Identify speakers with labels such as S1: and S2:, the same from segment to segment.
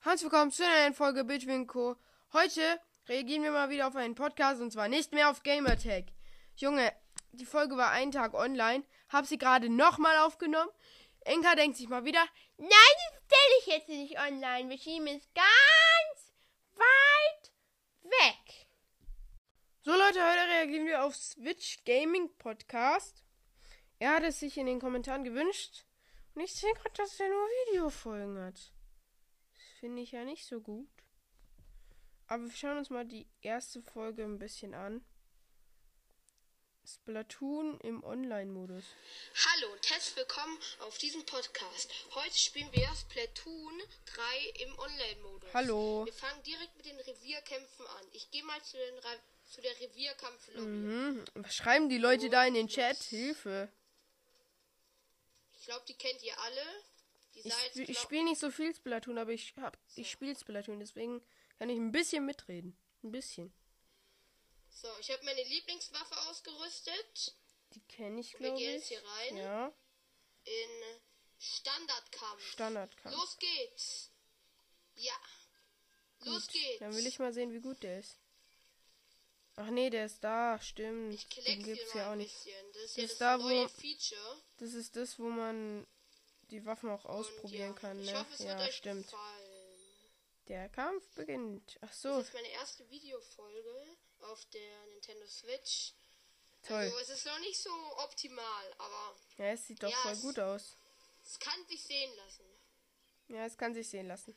S1: Herzlich willkommen zu einer neuen Folge Bitwin Co. Heute reagieren wir mal wieder auf einen Podcast und zwar nicht mehr auf Gamertag. Junge, die Folge war einen Tag online, hab sie gerade nochmal aufgenommen. Inka denkt sich mal wieder,
S2: Nein, die stelle ich jetzt nicht online. Wir schieben es ganz weit weg.
S1: So Leute, heute reagieren wir auf Switch Gaming Podcast. Er hat es sich in den Kommentaren gewünscht. Und ich sehe gerade, dass er nur Videofolgen hat. Das finde ich ja nicht so gut. Aber wir schauen uns mal die erste Folge ein bisschen an. Splatoon im Online-Modus.
S3: Hallo und herzlich willkommen auf diesem Podcast. Heute spielen wir Splatoon 3 im Online-Modus.
S1: Hallo.
S3: Wir fangen direkt mit den Revierkämpfen an. Ich gehe mal zu, den Ra zu der Revierkampflobby.
S1: Mhm. Was schreiben die Leute da in den Chat? Hilfe.
S3: Ich glaube, die kennt ihr alle. Die
S1: Ich,
S3: seid,
S1: sp ich
S3: glaub-
S1: spiele nicht so viel Splatoon, aber ich, hab- ich spiele Splatoon, deswegen kann ich ein bisschen mitreden. Ein bisschen.
S3: So, ich habe meine Lieblingswaffe ausgerüstet
S1: Die kenne ich,
S3: wir
S1: glaube
S3: gehen
S1: ich.
S3: jetzt hier rein.
S1: Ja,
S3: in Standardkampf.
S1: Standardkampf.
S3: Los geht's. Ja. Los geht's.
S1: Dann will ich mal sehen, wie gut der ist. Ach nee, der ist da, stimmt.
S3: Ich
S1: Den
S3: collect
S1: gibt's
S3: hier mal
S1: ja auch
S3: ein
S1: nicht.
S3: bisschen. Das ist ja
S1: Ist
S3: das
S1: da, wo-
S3: neue Feature.
S1: Das ist das, wo man die Waffen auch
S3: Und
S1: ausprobieren
S3: ja,
S1: kann, ne?
S3: Ich hoffe, es wird
S1: ja,
S3: euch
S1: stimmt.
S3: gefallen.
S1: Der Kampf beginnt. Ach
S3: Das
S1: so,
S3: ist meine erste Videofolge auf der Nintendo Switch.
S1: toll.
S3: Also es ist noch nicht so optimal, aber
S1: Ja, es sieht doch
S3: Ja,
S1: voll
S3: es-
S1: gut aus.
S3: es kann sich sehen lassen.
S1: Ja, es kann sich sehen lassen.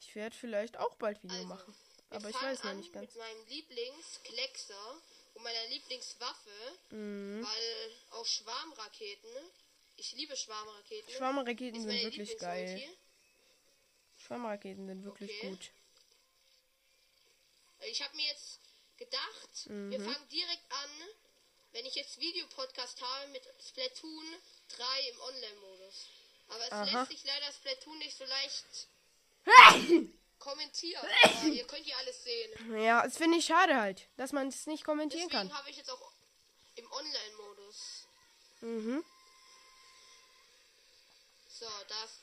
S1: Ich werde vielleicht auch bald Video
S3: Also,
S1: machen.
S3: Wir
S1: Aber ich
S3: fangen
S1: weiß noch
S3: an
S1: nicht ganz.
S3: Mit meinem Lieblingskleckser und meiner Lieblingswaffe,
S1: Mhm.
S3: weil auch Schwarmraketen. Ich liebe Schwarmraketen.
S1: Schwammraketen
S3: Ist
S1: sind
S3: meine
S1: wirklich
S3: Lieblingsulti.
S1: geil. Schwammraketen sind wirklich
S3: Okay.
S1: gut.
S3: Ich habe mir jetzt gedacht, wir
S1: Mhm.
S3: fangen direkt an, wenn ich jetzt Videopodcast habe mit Splatoon 3 im Online-Modus. Aber es
S1: Aha.
S3: lässt sich leider Splatoon nicht so leicht kommentieren. Aber ihr könnt hier alles sehen.
S1: Ja, das finde ich schade halt, dass man es nicht kommentieren kann.
S3: Deswegen habe ich jetzt auch im Online-Modus.
S1: Mhm.
S3: So, das.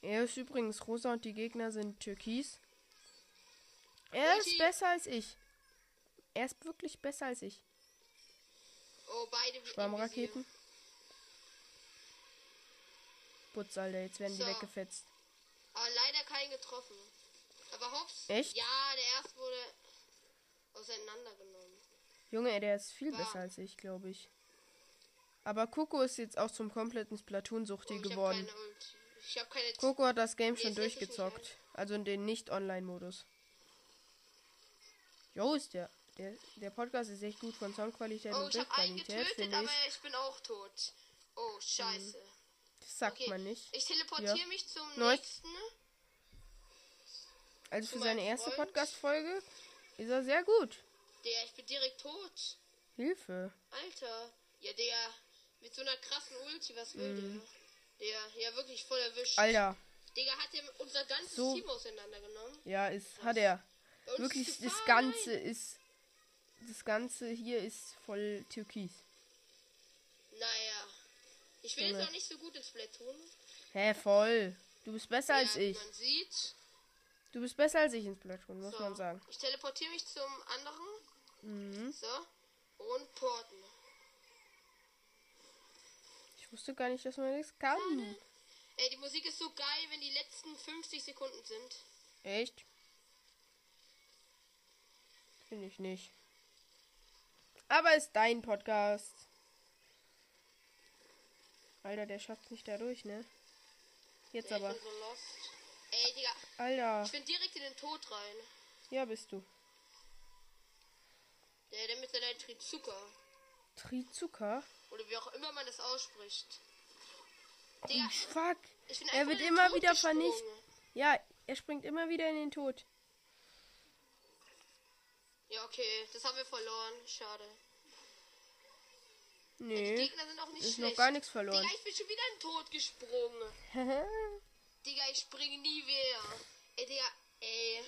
S1: Er ist übrigens rosa und die Gegner sind türkis. Er ist
S3: Ulti.
S1: besser als ich. Er ist wirklich besser als ich.
S3: Oh, beide
S1: Schwammraketen. Putz, Alter, jetzt werden die
S3: So.
S1: weggefetzt.
S3: Aber leider keinen getroffen. Aber Hops.
S1: Echt?
S3: Ja, der erste wurde auseinandergenommen.
S1: Junge, der ist viel
S3: Ja.
S1: besser als ich, glaube ich. Aber Coco ist jetzt auch zum kompletten
S3: Oh,
S1: Splatoon-Suchti
S3: ich habe
S1: geworden.
S3: keine Ulti. Ich habe keine
S1: Coco hat das Game
S3: Nee,
S1: schon
S3: es lässt sich nicht
S1: durchgezockt. Also in den Nicht-Online-Modus. Jo, ist der, der. Der Podcast ist echt gut von Soundqualität
S3: Oh,
S1: und
S3: ich habe einen
S1: Bildqualität,
S3: getötet,
S1: finde
S3: aber
S1: ich.
S3: ich bin auch tot. Oh, scheiße.
S1: Das sagt
S3: Okay,
S1: man nicht.
S3: ich teleportiere
S1: Ja.
S3: mich zum
S1: Neu-
S3: nächsten.
S1: Also für
S3: zu
S1: seine
S3: meinem
S1: erste
S3: Freund.
S1: Podcast-Folge ist er sehr gut.
S3: Der, ich bin direkt tot.
S1: Hilfe.
S3: Alter. Ja, der mit so einer krassen Ulti, was will
S1: Hm.
S3: der? Der, ja wirklich voll erwischt.
S1: Alter.
S3: Digga, hat der unser ganzes
S1: So.
S3: Team auseinandergenommen.
S1: Ja, ist. Hat er.
S3: Bei uns
S1: Wirklich,
S3: ist
S1: das
S3: Gefahr,
S1: Ganze ist. Das Ganze hier ist voll türkis.
S3: Nein. Naja. Ich bin
S1: Junge.
S3: jetzt auch nicht so gut ins Splatoon.
S1: Hä, voll. Du bist besser als
S3: ja,
S1: ich.
S3: Man sieht.
S1: Du bist besser als ich in Splatoon, muss
S3: So.
S1: man sagen. Mhm.
S3: Ich teleportiere mich zum anderen. So. Und porten.
S1: Ich wusste gar nicht, dass man das kann.
S3: Ey, die Musik ist so geil, wenn die letzten 50 Sekunden sind.
S1: Echt? Finde ich nicht. Aber ist dein Podcast. Alter, der schafft nicht dadurch, ne? Jetzt
S3: Ey,
S1: aber.
S3: Ich bin so lost. Ey, Digga,
S1: Alter,
S3: ich bin direkt in den Tod rein.
S1: ja bist du.
S3: Der, der mit seiner Trizuka.
S1: Trizuka?
S3: Oder wie auch immer man das ausspricht.
S1: Oh,
S3: Digga,
S1: fuck.
S3: ich bin
S1: Er
S3: einfach
S1: wird
S3: in den
S1: immer
S3: Tod
S1: wieder
S3: gesprungen.
S1: vernichtet. Ja, er springt immer wieder in den Tod.
S3: Ja, okay, das haben wir verloren. Schade. Die
S1: Nee.
S3: Gegner sind auch nicht
S1: Hm? Ist noch
S3: schlecht.
S1: gar nichts verloren.
S3: Digga, ich bin schon wieder in den Tod gesprungen. Digga, ich springe nie wieder. Ey, Digga, ey.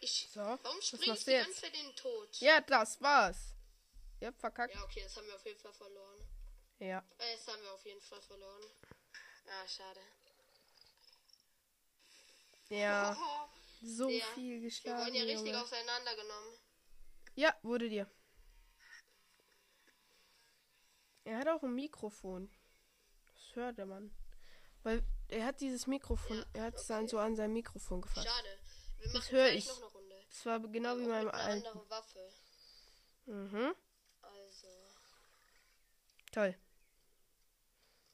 S3: Ich,
S1: So,
S3: warum
S1: was
S3: springe ich
S1: machst
S3: die
S1: du
S3: ganze
S1: jetzt?
S3: Zeit in den Tod?
S1: ja, das war's. Ihr habt verkackt.
S3: ja, okay, das haben wir auf jeden Fall verloren.
S1: Ja.
S3: Äh, Das haben wir auf jeden Fall verloren. Ah, schade.
S1: Ja,
S3: Haha.
S1: so
S3: Ja.
S1: viel
S3: Wir
S1: geschlagen.
S3: wurden ja richtig
S1: Junge.
S3: auseinandergenommen.
S1: Ja, wurde dir. Er hat auch ein Mikrofon. Das hört der Mann. Weil er hat dieses Mikrofon,
S3: Ja,
S1: er hat es dann
S3: okay.
S1: so an sein Mikrofon gefasst.
S3: Schade. Wir machen
S1: hör
S3: gleich
S1: ich.
S3: noch eine Runde.
S1: Das war genau wie
S3: Auch
S1: meinem
S3: mit einer
S1: alten.
S3: anderen Waffe.
S1: Mhm.
S3: Also.
S1: Toll.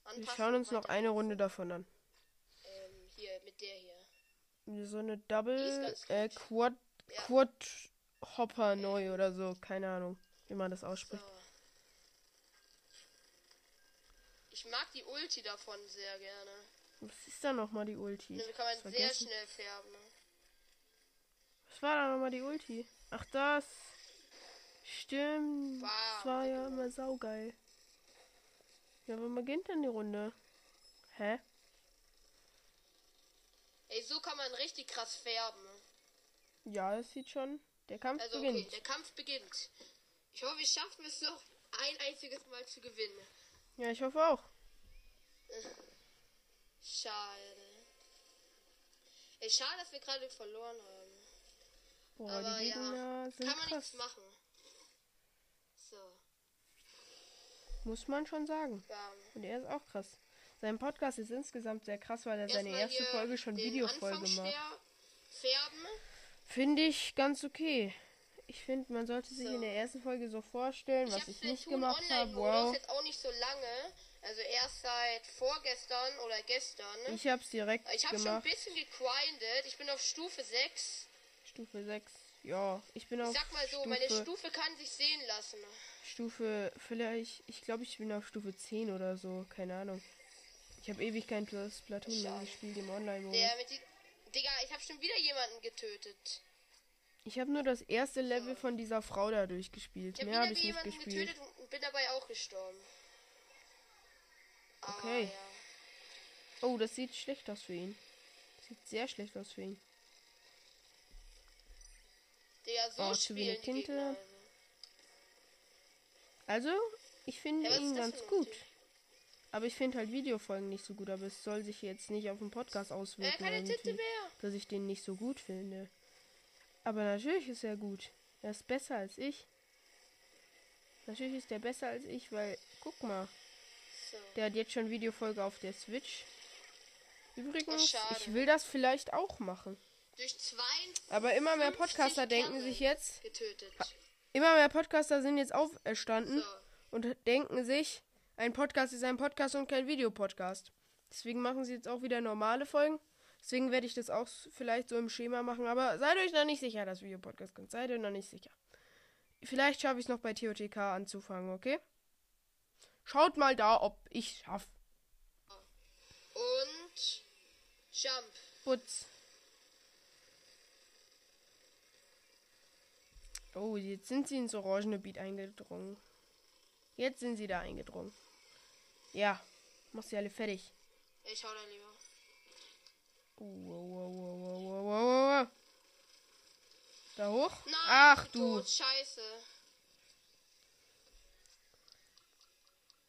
S1: Wir
S3: anpassen
S1: schauen
S3: und
S1: uns noch
S3: weiter-
S1: eine Runde davon an.
S3: Ähm, hier, mit der hier.
S1: So eine
S3: Die ist
S1: Double
S3: ganz
S1: äh,
S3: gut.
S1: Quad
S3: Ja.
S1: Quad Hopper neu oder so, keine Ahnung, wie man das
S3: So.
S1: ausspricht.
S3: Ich mag die Ulti davon sehr gerne.
S1: Was ist da nochmal die Ulti?
S3: Damit kann man
S1: Hab's
S3: sehr
S1: vergessen.
S3: schnell färben.
S1: Was war da nochmal die Ulti? Ach, das. Stimmt.
S3: Wow,
S1: das war ja
S3: Digga.
S1: immer saugeil. Ja, wann beginnt denn die Runde? Hä?
S3: Ey, so kann man richtig krass färben.
S1: Ja, das sieht schon. Der Kampf
S3: Also okay,
S1: beginnt.
S3: der Kampf beginnt. Ich hoffe, wir schaffen es noch ein einziges Mal zu gewinnen.
S1: Ja, ich hoffe auch.
S3: Schade. Ey, schade, dass wir gerade verloren haben.
S1: Boah,
S3: Aber
S1: die
S3: ja,
S1: Gegner sind
S3: kann man
S1: krass.
S3: nichts machen. So,
S1: Muss man schon sagen.
S3: bam.
S1: Und er ist auch krass. Sein Podcast ist insgesamt sehr krass, weil er seine
S3: Erstmal
S1: erste
S3: hier
S1: Folge schon
S3: den
S1: Videofolge
S3: Anfang
S1: macht.
S3: schwer Färben.
S1: Finde ich ganz okay. Ich finde, man sollte sich
S3: So.
S1: in der ersten Folge so vorstellen, was
S3: hab
S1: ich
S3: Splatoon
S1: nicht gemacht habe.
S3: Online-Modus
S1: Wow.
S3: jetzt auch nicht so lange. Also erst seit vorgestern oder gestern. ne? Ich,
S1: Ich hab's direkt
S3: habe schon ein
S1: gemacht.
S3: bisschen gegrindet. Ich bin auf Stufe 6.
S1: Stufe 6. Ja, ich bin auf
S3: Ich sag mal so,
S1: Stufe,
S3: meine Stufe kann sich sehen lassen.
S1: Stufe vielleicht, ich glaube, ich bin auf Stufe 10 oder so, keine Ahnung. Ich habe ewig kein Pl- Splatoon mehr
S3: Schade.
S1: gespielt im Online-Modus.
S3: Der mit die Digga, ich habe schon wieder jemanden getötet.
S1: Ich habe nur das erste Level von dieser Frau da durchgespielt.
S3: Ich habe
S1: Mehr habe
S3: wieder
S1: ich nicht
S3: jemanden
S1: gespielt.
S3: getötet und bin dabei auch gestorben. Aber
S1: Okay.
S3: ja.
S1: Oh, das sieht schlecht aus für ihn. Sieht sehr schlecht aus für ihn.
S3: Digga, so
S1: Oh, zu
S3: spielen
S1: wenig
S3: die
S1: Tinte.
S3: Gegner.
S1: Also, ich finde
S3: Ja, was ist
S1: ihn
S3: das
S1: ganz
S3: für ein
S1: gut.
S3: Typ?
S1: Aber ich finde halt Videofolgen nicht so gut, aber es soll sich jetzt nicht auf den Podcast
S3: Äh,
S1: auswirken.
S3: keine Tinte
S1: irgendwie.
S3: mehr.
S1: dass ich den nicht so gut finde. Aber natürlich ist er gut. Er ist besser als ich. Natürlich ist er besser als ich, weil, guck mal,
S3: So.
S1: der hat jetzt schon Videofolge auf der Switch. Übrigens,
S3: schade.
S1: ich will das vielleicht auch machen.
S3: Durch zwei
S1: Aber immer mehr
S3: 50
S1: Podcaster denken
S3: Kerle.
S1: sich jetzt,
S3: getötet.
S1: immer mehr Podcaster sind jetzt auferstanden
S3: So.
S1: und denken sich, ein Podcast ist ein Podcast und kein Videopodcast. Deswegen machen sie jetzt auch wieder normale Folgen. Deswegen werde ich das auch s- vielleicht so im Schema machen. Aber seid euch noch nicht sicher, dass Videopodcast kommt. Seid euch noch nicht sicher. Vielleicht schaffe ich es noch bei TOTK anzufangen, okay? Schaut mal da, ob ich schaffe.
S3: Und Jump.
S1: Putz. Oh, jetzt sind sie ins orangene Beat eingedrungen. Jetzt sind sie da eingedrungen. Ja, mach sie alle fertig.
S3: Ich hau da lieber.
S1: Oh, oh, oh, oh, oh, oh, oh, oh. Da hoch?
S3: Nein,
S1: Ach
S3: ich bin
S1: du,
S3: Tot. Scheiße.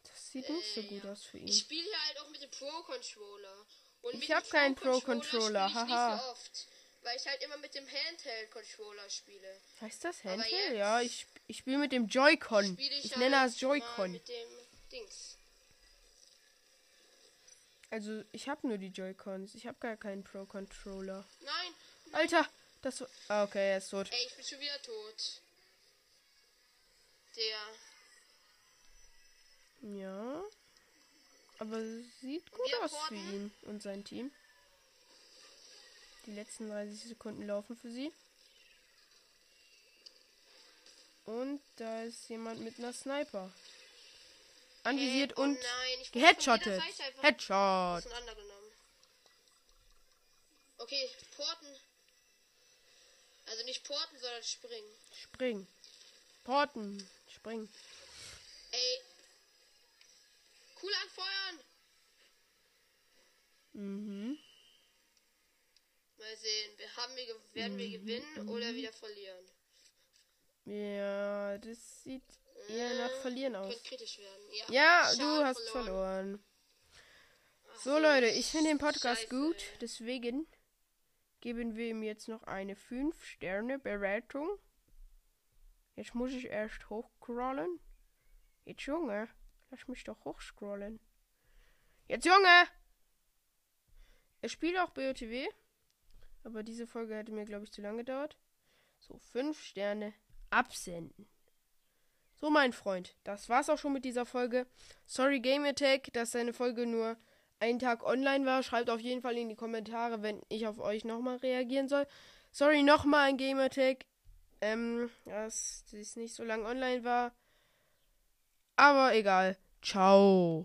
S1: das sieht nicht so gut aus für
S3: Äh, Ich
S1: ihn.
S3: spiele hier halt auch mit dem Pro-Controller. Und
S1: Ich
S3: mit
S1: hab
S3: dem
S1: keinen
S3: Pro-Controller
S1: Pro-Controller,
S3: spiele ich
S1: haha.
S3: Nicht so oft, weil ich halt immer mit dem Handheld-Controller spiele.
S1: Heißt das
S3: Aber
S1: Handheld?
S3: jetzt
S1: Ja, ich, ich spiele mit dem Joy-Con.
S3: Spiele
S1: Hm. Ich
S3: halt
S1: nenne es
S3: mal
S1: Joy-Con.
S3: Mit dem Dings.
S1: Also, ich habe nur die Joy-Cons. Ich habe gar keinen Pro-Controller.
S3: Nein.
S1: Alter, das war. Ah, okay, er ist tot.
S3: Ey, ich bin schon wieder tot. Der.
S1: Ja. Aber es sieht gut
S3: wir
S1: aus für
S3: wurden-
S1: ihn und sein Team. Die letzten 30 Sekunden laufen für sie. Und da ist jemand mit einer Sniper. Anvisiert
S3: oh
S1: und
S3: nein, ich wurde von jeder
S1: geheadshottet.
S3: Seite einfach
S1: Headshot.
S3: auseinandergenommen. Okay, porten. Also nicht porten, sondern springen.
S1: Spring. Porten. Spring.
S3: Ey. Cool anfeuern.
S1: Mhm.
S3: Mal sehen, wir haben wir ge- werden
S1: Mhm.
S3: wir gewinnen oder wieder verlieren.
S1: Ja, das sieht eher nach
S3: Äh,
S1: Verlieren aus.
S3: Könnte kritisch werden. Ja,
S1: Ja,
S3: Schaden
S1: du hast verloren. So, Leute, ich finde den Podcast
S3: Scheiße,
S1: gut.
S3: ey.
S1: Deswegen Geben wir ihm jetzt noch eine 5-Sterne-Bewertung. Jetzt muss ich erst hochcrawlen. Jetzt, Junge, lass mich doch hochscrollen. Jetzt, Junge! Er spielt auch BOTW. Aber diese Folge hätte mir, glaube ich, zu lange gedauert. So, 5 Sterne absenden. So, mein Freund, das war's auch schon mit dieser Folge. Sorry, Game Attack, dass seine Folge nur einen Tag online war. Schreibt auf jeden Fall in die Kommentare, wenn ich auf euch nochmal reagieren soll. Sorry, nochmal ein Game Attack. Ähm, dass es nicht so lange online war. Aber egal. Ciao.